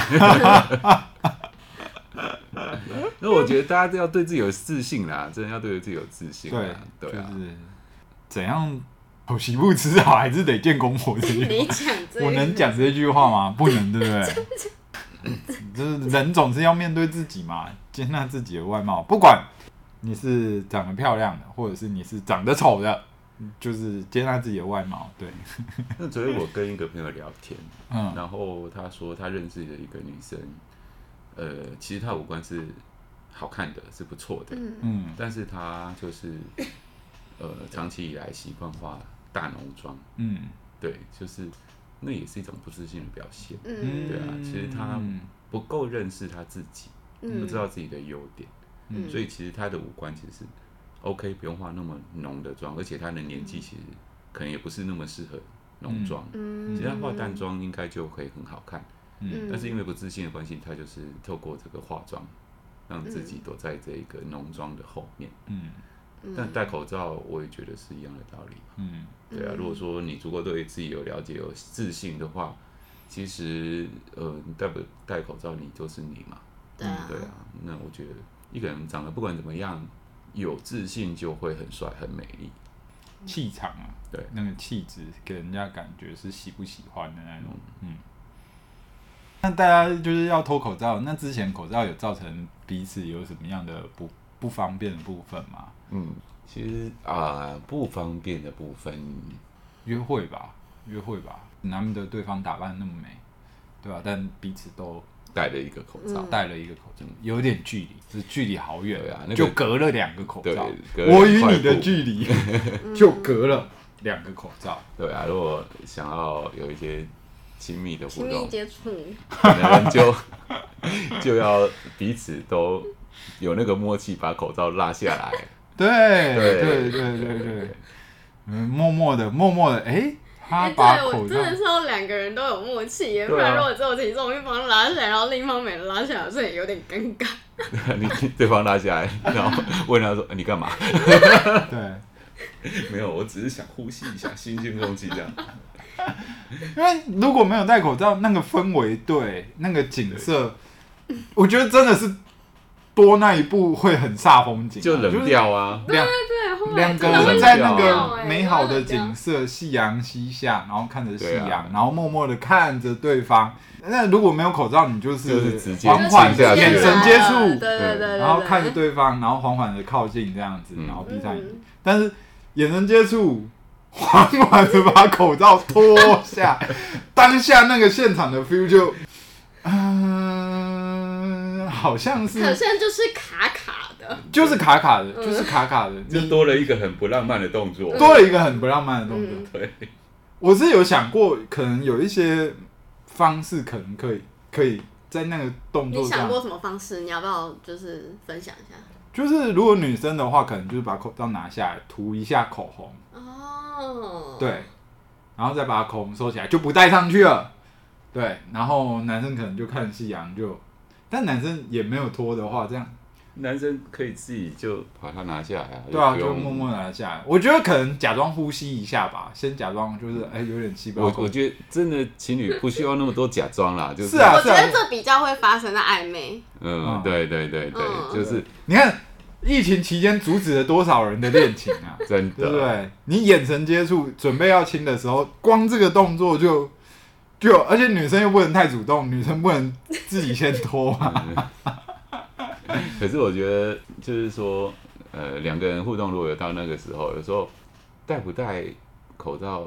S1: 那我觉得大家都要对自己有自信啦，真的要对自己有自信
S2: 对
S1: 啦，对啊
S2: 就，是怎样，好媳妇吃好还是得见公婆这句话
S3: <laughs> 你讲这
S2: <laughs>
S3: 个，
S2: 我能讲这句话
S3: <laughs>
S2: 吗？不能，对不对？就是人总是要面对自己嘛，接纳自己的外貌，不管你是长得漂亮的，或者是你是长得丑的，就是接纳自己的外貌。对，
S1: 那昨天我跟一个朋友聊天，
S2: 嗯
S1: 然后他说他认识的一个女生，呃，其实她五官是好看的，是不错的，
S3: 嗯
S2: 嗯
S1: 但是她就是呃长期以来习惯化大浓妆，
S2: 嗯
S1: 对，就是那也是一种不自信的表现，
S3: 嗯
S1: 对啊其实他
S2: 嗯
S1: 不够认识她自己，不知
S3: 嗯
S1: 道自己的优点，
S3: 嗯
S1: 所以其实她的五官其实是 OK，不用化那么浓的妆，而且她的年纪其实可能也不是那么适合浓妆，
S3: 嗯，
S1: 其实她化淡妆应该就可以很好看。
S3: 嗯，
S1: 但是因为不自信的关系，他就是透过这个化妆，让自己躲在这个浓妆的后面。
S2: 嗯
S1: 但戴口罩，我也觉得是一样的道理。
S2: 嗯
S1: 对啊，如果说你足够对自己有了解、有自信的话，其实呃，你戴不戴口罩，你就是你嘛。
S3: 对
S2: 嗯
S3: 啊
S1: 对啊，那我觉得一个人长得不管怎么样，有自信就会很帅、很美丽。
S2: 气场啊，
S1: 对
S2: 那个气质给人家感觉是喜不喜欢的那种，嗯。那大家就是要脱口罩，那之前口罩有造成彼此有什么样的不不方便的部分吗？
S1: 嗯，其实啊、不方便的部分，
S2: 约会吧，约会吧，难得对方打扮那么美，对吧、但彼此都
S1: 戴了一个口罩。
S2: 戴了一个口罩，有点距离，就是距离好远
S1: 对啊那个
S2: 就隔了两个口
S1: 对
S2: 罩，，
S1: 隔
S2: 我与
S1: 快
S2: 你的
S1: 步 <laughs>
S2: 距离就隔了两个口罩。
S1: 对啊，如果想要有一些亲密的互
S3: 亲密
S1: 动，
S3: 接触，
S1: 可能就 <laughs> 就要彼此都有那个默契，把口罩拉下来。 <laughs>
S2: <laughs> 对
S1: 对
S2: 对对对对，嗯，默默的，默默的，诶，他
S3: 哎，对
S2: 把
S3: 我
S2: 口罩
S3: 真，的是要两个人都有默契耶，不
S1: 对啊
S3: 然如果只有其中一方拉起来，然后另一方没拉起来，这也有点尴尬。
S1: 你对方拉下来，然后问他说：“欸你干嘛
S2: 对，？”
S1: <laughs> 没有，我只是想呼吸一下新鲜空气，这样。
S2: 因为如果没有戴口罩，那个氛围，对，那个景色，我觉得真的是多那一步会很煞风景
S1: <laughs>
S2: 啊、
S1: 就冷掉啊。
S2: 是两
S3: <laughs> 对，后来
S2: 两个
S3: 真的会
S2: 人在
S1: 冷
S2: 那
S1: 掉
S2: 个
S3: 哎
S2: 美好的
S3: 冷掉
S2: 景色，夕阳西下，然后看着夕
S1: 对啊
S2: 阳，然后默默的看着对方。那如果没有口罩，你就
S1: 就是
S2: 是
S1: 直接
S2: 缓缓
S1: 亲下
S2: 的
S1: 去
S2: 眼神接触，
S3: 对啊对对对，
S2: 然后看着对方，然后缓缓的靠近这样子，
S1: 嗯
S2: 然后闭上眼睛
S3: 嗯，
S2: 但是眼神接触， <laughs> 缓缓的把口罩脱下，当下那个现场的 feel 就，嗯、好像
S3: 可
S2: 是
S3: 是嗯就是卡卡的，
S2: 就是卡卡的，就是卡卡的，
S1: 就
S2: 你
S1: 多了一个很不浪漫的动作。
S2: 多了一个很不浪漫的动作。
S3: 嗯
S1: 对，
S2: 我是有想过，可能有一些方式，可能可以可以在那个动
S3: 你
S2: 作
S3: 想
S2: 上，
S3: 过什么方式？你要不要就是分享一下？
S2: 就是如果女生的话，可能就是把口罩拿下来，涂一下口红，
S3: 哦，，
S2: 对，然后再把口红收起来，就不戴上去了。对，然后男生可能就看夕阳就，但男生也没有脱的话，这样
S1: 男生可以自己就把它拿下来啊，
S2: 对啊，
S1: 不
S2: 就
S1: 用
S2: 默默拿下来。我觉得可能假装呼吸一下吧，先假装就是哎、有点气不
S1: 嗯我我觉得真的情侣不需要那么多假装啦，就是
S2: 啊
S3: 我觉得这比较会发生在暧昧。
S1: 嗯
S2: 嗯，
S1: 对对对对，
S3: 嗯
S1: 就是
S2: 你看疫情期间阻止了多少人的恋情
S1: <laughs>
S2: 啊？
S1: 真
S2: 对
S1: 的，
S2: 不对？你眼神接触，准备要亲的时候，光这个动作就就，而且女生又不能太主动，女生不能自己先脱
S1: <laughs>
S2: 嘛。
S1: 可是我觉得就是说，呃，两个人互动如果有到那个时候，有时候戴不戴口罩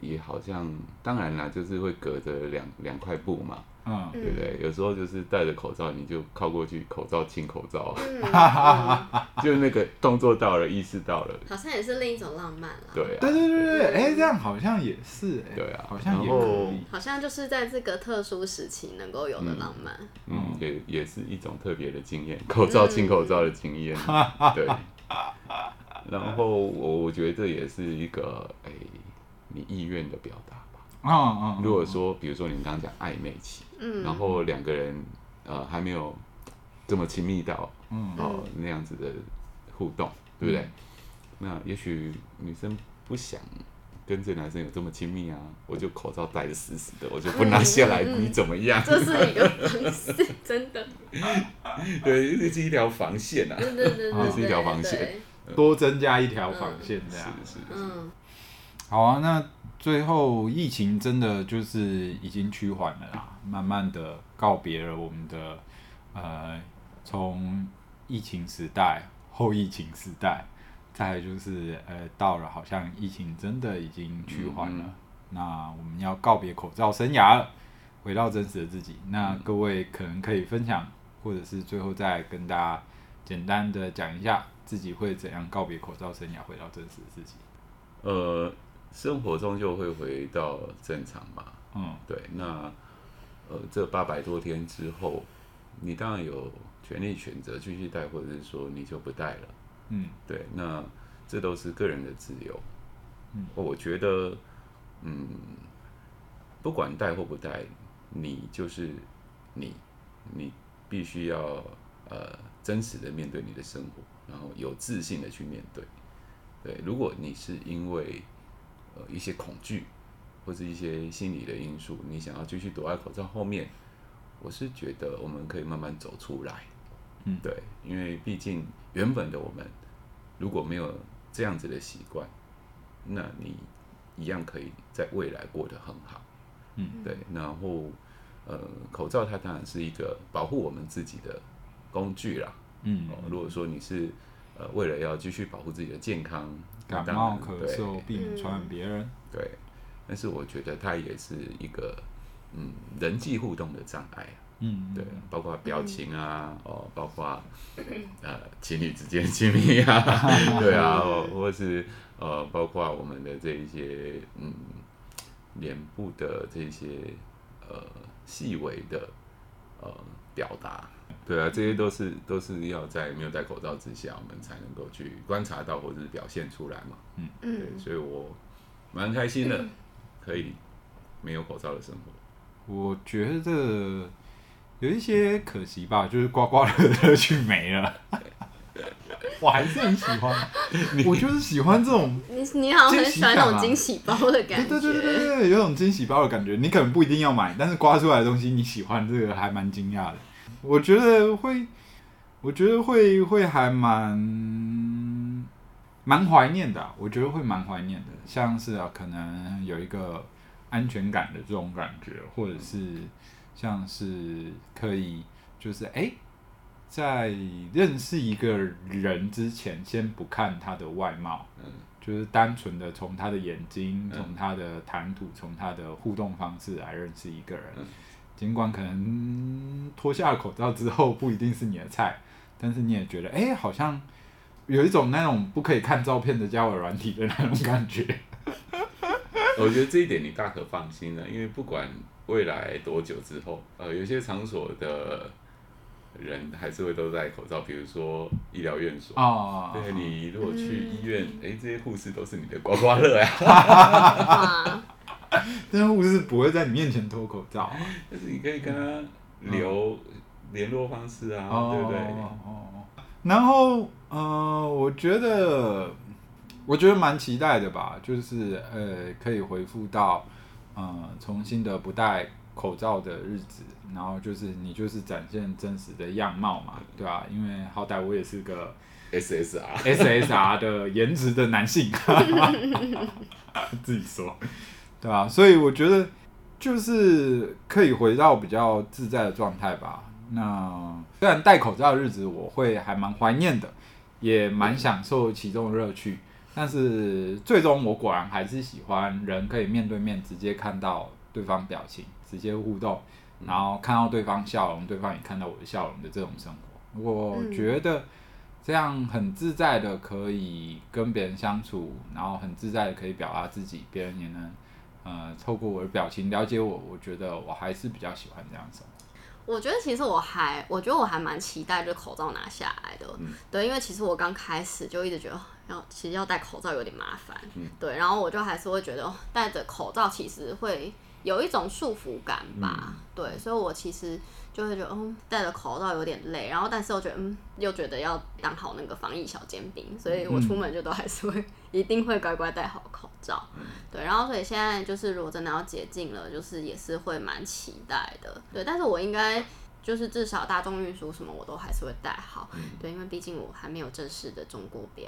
S1: 也好像，当然啦，就是会隔着两两块布嘛，
S2: 嗯，
S1: 对不对？有时候就是戴着口罩，你就靠过去，口罩亲口罩，
S3: 嗯， <laughs> 嗯
S1: 就那个动作到了，意识到了，
S3: 好像也是另一种浪漫啦。
S1: 对啊，
S2: 对对对对，哎、这样好像也是、哎，
S1: 对啊
S2: 好像
S1: 然
S2: 也可
S1: 后
S2: 以。
S3: 好像就是在这个特殊时期能够有的浪漫。哦
S1: 嗯，也也是一种特别的经验，口罩亲口罩的经
S3: <laughs>
S1: 验，对。然后我我觉得这也是一个哎、你意愿的表达吧。
S2: 嗯嗯，
S1: 如果说，比如说你们刚刚讲暧昧期，
S3: 哦嗯，
S1: 然后两个人呃还没有这么亲密到
S2: 嗯
S1: 哦那样子的互动，对不对？
S3: 嗯
S1: 那也许女生不想跟这男生有这么亲密啊，我就口罩戴的死死的，我就不拿下来，
S3: 嗯嗯嗯
S1: 你怎么样？ <laughs>
S3: 这是一个方式，真的，
S1: 对，这是一条防线啊。
S3: 对对对
S1: 这
S3: 对，
S1: 是一条防线
S3: 对。
S2: 多增加一条防线这
S1: 是
S2: 样。
S1: 是
S3: 对嗯，
S2: 好啊，那最后疫情真的就是已经趋缓了啦，慢慢的告别了我们的呃，从疫情时代、后疫情时代，再来就是呃，到了好像疫情真的已经趋缓了，
S1: 嗯
S2: 那我们要告别口罩生涯了，回到真实的自己。那各位可能可以分享，或者是最后再跟大家简单的讲一下自己会怎样告别口罩生涯，回到真实的自己。
S1: 呃，生活终究会回到正常嘛。
S2: 嗯
S1: 对，那呃，这八百多天之后，你当然有权利选择继续戴，或者是说你就不戴了。
S2: 嗯。
S1: 对，那这都是个人的自由。
S2: 嗯，
S1: 我觉得，嗯，不管戴或不戴，你就是你，你必须要呃真实的面对你的生活，然后有自信的去面对。对，如果你是因为呃一些恐惧或是一些心理的因素，你想要继续躲在口罩后面，我是觉得我们可以慢慢走出来。
S2: 嗯
S1: 对，因为毕竟原本的我们如果没有这样子的习惯，那你一样可以在未来过得很好。
S2: 嗯，
S1: 对。然后，呃，口罩它当然是一个保护我们自己的工具啦。
S2: 嗯
S1: 哦，如果说你是呃为了要继续保护自己的健康，
S2: 感
S1: 那当
S2: 冒、
S1: 然
S2: 咳嗽，避免传染别人。
S1: 对对。但是我觉得它也是一个嗯人际互动的障碍啊。
S2: 嗯，
S1: 对，包括表情啊，哦，包括呃情侣之间的亲密啊，对啊，哦或是呃，包括我们的这一些嗯，脸部的这些呃细微的呃表达，对啊，这些都是都是要在没有戴口罩之下，我们才能够去观察到或者是表现出来嘛，对，
S3: 嗯，
S1: 所以我蛮开心的，可以没有口罩的生活。 <laughs>
S2: 我觉得有一些可惜吧，就是刮刮乐的乐趣没了。 <laughs> 我还是很喜欢， <laughs> 我就是喜欢这种，
S3: 你你好像很喜欢那种惊喜包的
S2: 对
S3: 感
S2: 对对
S3: 觉，
S2: 对对，有种惊喜包的感觉。你可能不一定要买，但是刮出来的东西你喜欢，这个还蛮惊讶的。我觉得会，我觉得会会还蛮蛮怀念的啊、我觉得会蛮怀念的，像是啊，可能有一个安全感的这种感觉，或者是像是可以就是哎、诶在认识一个人之前，先不看他的外貌，
S1: 嗯
S2: 就是单纯的从他的眼
S1: 嗯
S2: 睛、从他的谈吐、从他的互动方式来认识一个人。
S1: 嗯
S2: 尽管可能脱下口罩之后不一定是你的菜，但是你也觉得，哎、好像有一种那种不可以看照片的交友软体的那种感觉。
S1: 我觉得这一点你大可放心啊了，因为不管未来多久之后，呃，有些场所的人还是会都戴口罩，比如说医疗院所。
S2: 哦，
S1: 对你如果去医院，哎、这些护士都是你的刮刮乐呀、 <laughs>
S3: 哇，
S2: 但是护士不会在你面前脱口罩，
S1: 但是你可以跟他留联络方式啊，
S2: 嗯哦，
S1: 对不
S2: 哦
S1: 对？
S2: 哦哦然后，呃，我觉得，我觉得蛮期待的吧，就是呃，可以回复到呃重新的不戴口罩的日子，然后就是你就是展现真实的样貌嘛，对吧、因为好歹我也是个
S1: SSR，
S2: SSR 的颜值的男性， <laughs> 自己说，对吧、所以我觉得就是可以回到比较自在的状态吧。那虽然戴口罩的日子我会还蛮怀念的，也蛮享受其中的乐趣，但是最终我果然还是喜欢人可以面对面直接看到对方表情，直接互动，然后看到对方笑容，对方也看到我的笑容的这种生活。我
S3: 嗯
S2: 觉得这样很自在的可以跟别人相处，然后很自在的可以表达自己，别人也能呃透过我的表情了解我。我觉得我还是比较喜欢这样生活。
S3: 我觉得其实我还，我觉得我还蛮期待这口罩拿下来的，
S1: 嗯
S3: 对，因为其实我刚开始就一直觉得哦要，其实要戴口罩有点麻烦，对，然后我就还是会觉得哦戴着口罩其实会有一种束缚感吧，对，所以我其实就会觉得，嗯，戴着口罩有点累，然后但是又觉得，嗯，又觉得要当好那个防疫小尖兵，所以我出门就都还是会、 <laughs> 一定会乖乖戴好口罩，对，然后所以现在就是如果真的要解禁了，就是也是会蛮期待的，对，但是我应该就是至少大众运输什么我都还是会戴好，
S1: 嗯
S3: 对，因为毕竟我还没有正式的中国标，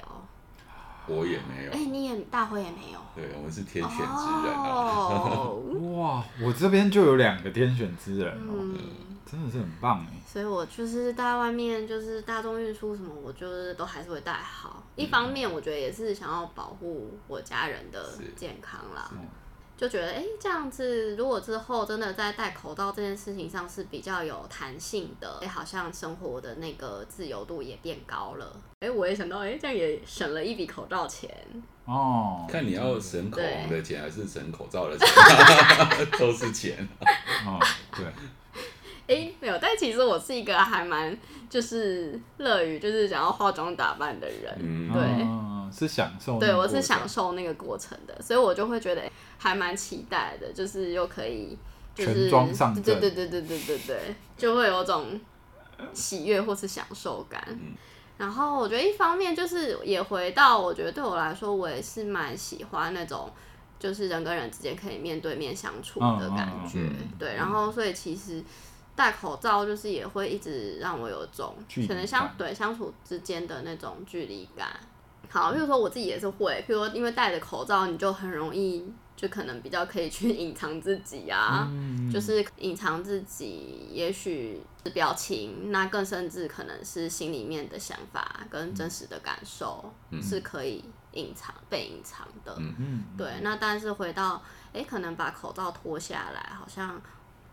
S1: 我也没有
S3: 哎、，你也大辉也没有，
S1: 对我们是啊天选之人啊。
S3: 哦，
S1: <laughs>
S2: 哇，我这边就有两个天选之人哦，
S3: 嗯。
S2: 真的是很棒哎。
S3: 所以我就是在外面，就是大众运输什么，我就是都还是会带好。一方面，我觉得也是想要保护我家人的
S1: 嗯是
S3: 健康啦
S1: 是，
S3: 就觉得哎、诶这样子如果之后真的在戴口罩这件事情上是比较有弹性的，哎、好像生活的那个自由度也变高了。哎、我也想到，哎、这样也省了一笔口罩钱。
S2: 哦，
S1: 看你要省口红的钱还是省口罩的钱， <laughs> 都是钱。
S2: 哦，
S1: <laughs>
S2: 对，
S3: 哎、没有，但其实我是一个还蛮就是乐于就是想要化妆打扮的人，
S1: 嗯，
S3: 对
S2: 嗯，是享受那个过程。
S3: 对，我是享受那个过程的，所以我就会觉得还蛮期待的，就是又可以就是
S2: 全装上阵
S3: 对对对对对对对，就会有种喜悦或是享受感。
S2: 嗯
S3: 然后我觉得一方面就是也回到，我觉得对我来说，我也是蛮喜欢那种就是人跟人之间可以面对面相处的感觉。
S1: 嗯嗯嗯
S3: 对，然后所以其实。戴口罩就是也会一直让我有种
S2: 距离
S3: 可能相
S2: 感
S3: 对相处之间的那种距离感，好，譬如说我自己也是会，譬如说因为戴着口罩，你就很容易就可能比较可以去 <laughs> 隐藏自己啊，
S2: 嗯
S3: 就是隐藏自己，也许是表情，那更甚至可能是心里面的想法跟真实的感受、是可以隐藏被隐藏的。
S2: 嗯，
S3: 对，那但是回到诶，可能把口罩脱下来，好像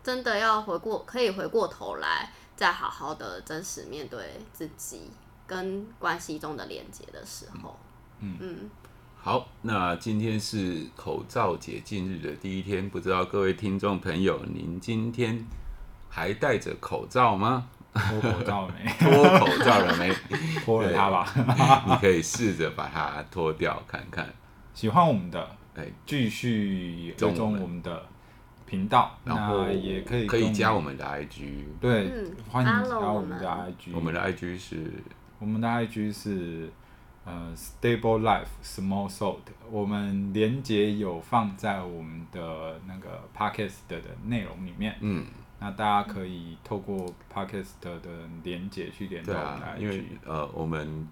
S3: 真的要回过，可以回过头来，再好好的真实面对自己跟关系中的连接的时候，嗯
S1: 好，那今天是口罩解禁日的第一天，不知道各位听众朋友，您今天还戴着口罩吗？ <laughs>
S2: 脱口罩没？
S1: 脱口罩了没？
S2: 脱了它吧。
S1: 你可以试着把它脱掉看看。
S2: 喜欢我们的，
S1: 哎，
S2: 继续追踪我们的频道，
S1: 然后
S2: 那也可以
S1: 哦可
S2: 跟
S1: 以
S2: 们
S1: 加我。们的 IG，
S2: 对，
S3: 嗯
S2: 欢迎加
S3: follow
S2: 我们的
S3: 我
S2: IG，
S1: 我们的 IG 是
S2: 我们的 IG 是呃 Stable Life Small Sold，我们连接有放在我们的那个 Podcast 的内容里面，
S1: 嗯，
S2: 那大家可以透过 Podcast 的连接去连到
S1: 对
S2: 我们的
S1: 啊，
S2: IG，
S1: 因为呃，我们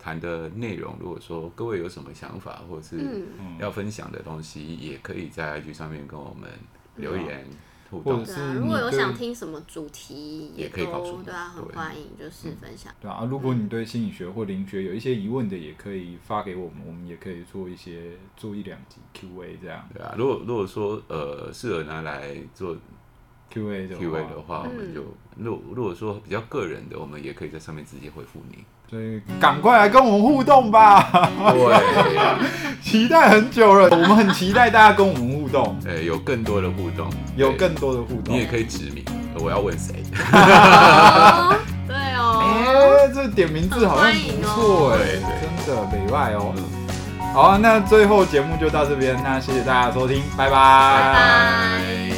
S1: 谈的内容，如果说各位有什么想法，或者是
S3: 嗯，
S1: 要分享的东西，也可以在 IG 上面跟我们留言互
S2: 啊或
S1: 动
S2: 者。
S3: 对
S2: 是
S3: 啊，
S2: 你
S3: 如果有
S2: 对
S3: 想听什么主题，
S1: 也可以告诉我
S3: 都
S1: 们
S3: 对啊，很
S1: 对嗯
S3: 欢迎就是分享。 <laughs>
S2: 对啊，如果你对心理学或灵学有一些疑问的，也可以发给我们，我们也可以做一些做一两集 Q&A 这样。
S1: 对啊，如果如果说呃适合拿来做
S2: Q A 的
S1: Q A 的话，我
S3: 嗯
S1: 们就如如果说比较个人的，我们也可以在上面直接回复
S2: <laughs>
S1: 你。
S2: 所以赶快来跟我们互动吧！
S1: 对，
S2: 期待很久了，我们很期待大家跟我们互动，
S1: 呃，有更多的互动，
S2: 有
S1: 对
S2: 更多的互
S1: 你
S2: 动
S1: 也。可以指明我要问谁。
S3: 哦对
S1: <laughs>
S3: 哦，
S2: 哎，这点名字好像不错哎、
S1: 很欢迎哦
S2: 真的北外哦。好啊，那最后节目就到这边，那谢谢大家的收听，拜拜
S3: 拜拜。
S1: <laughs>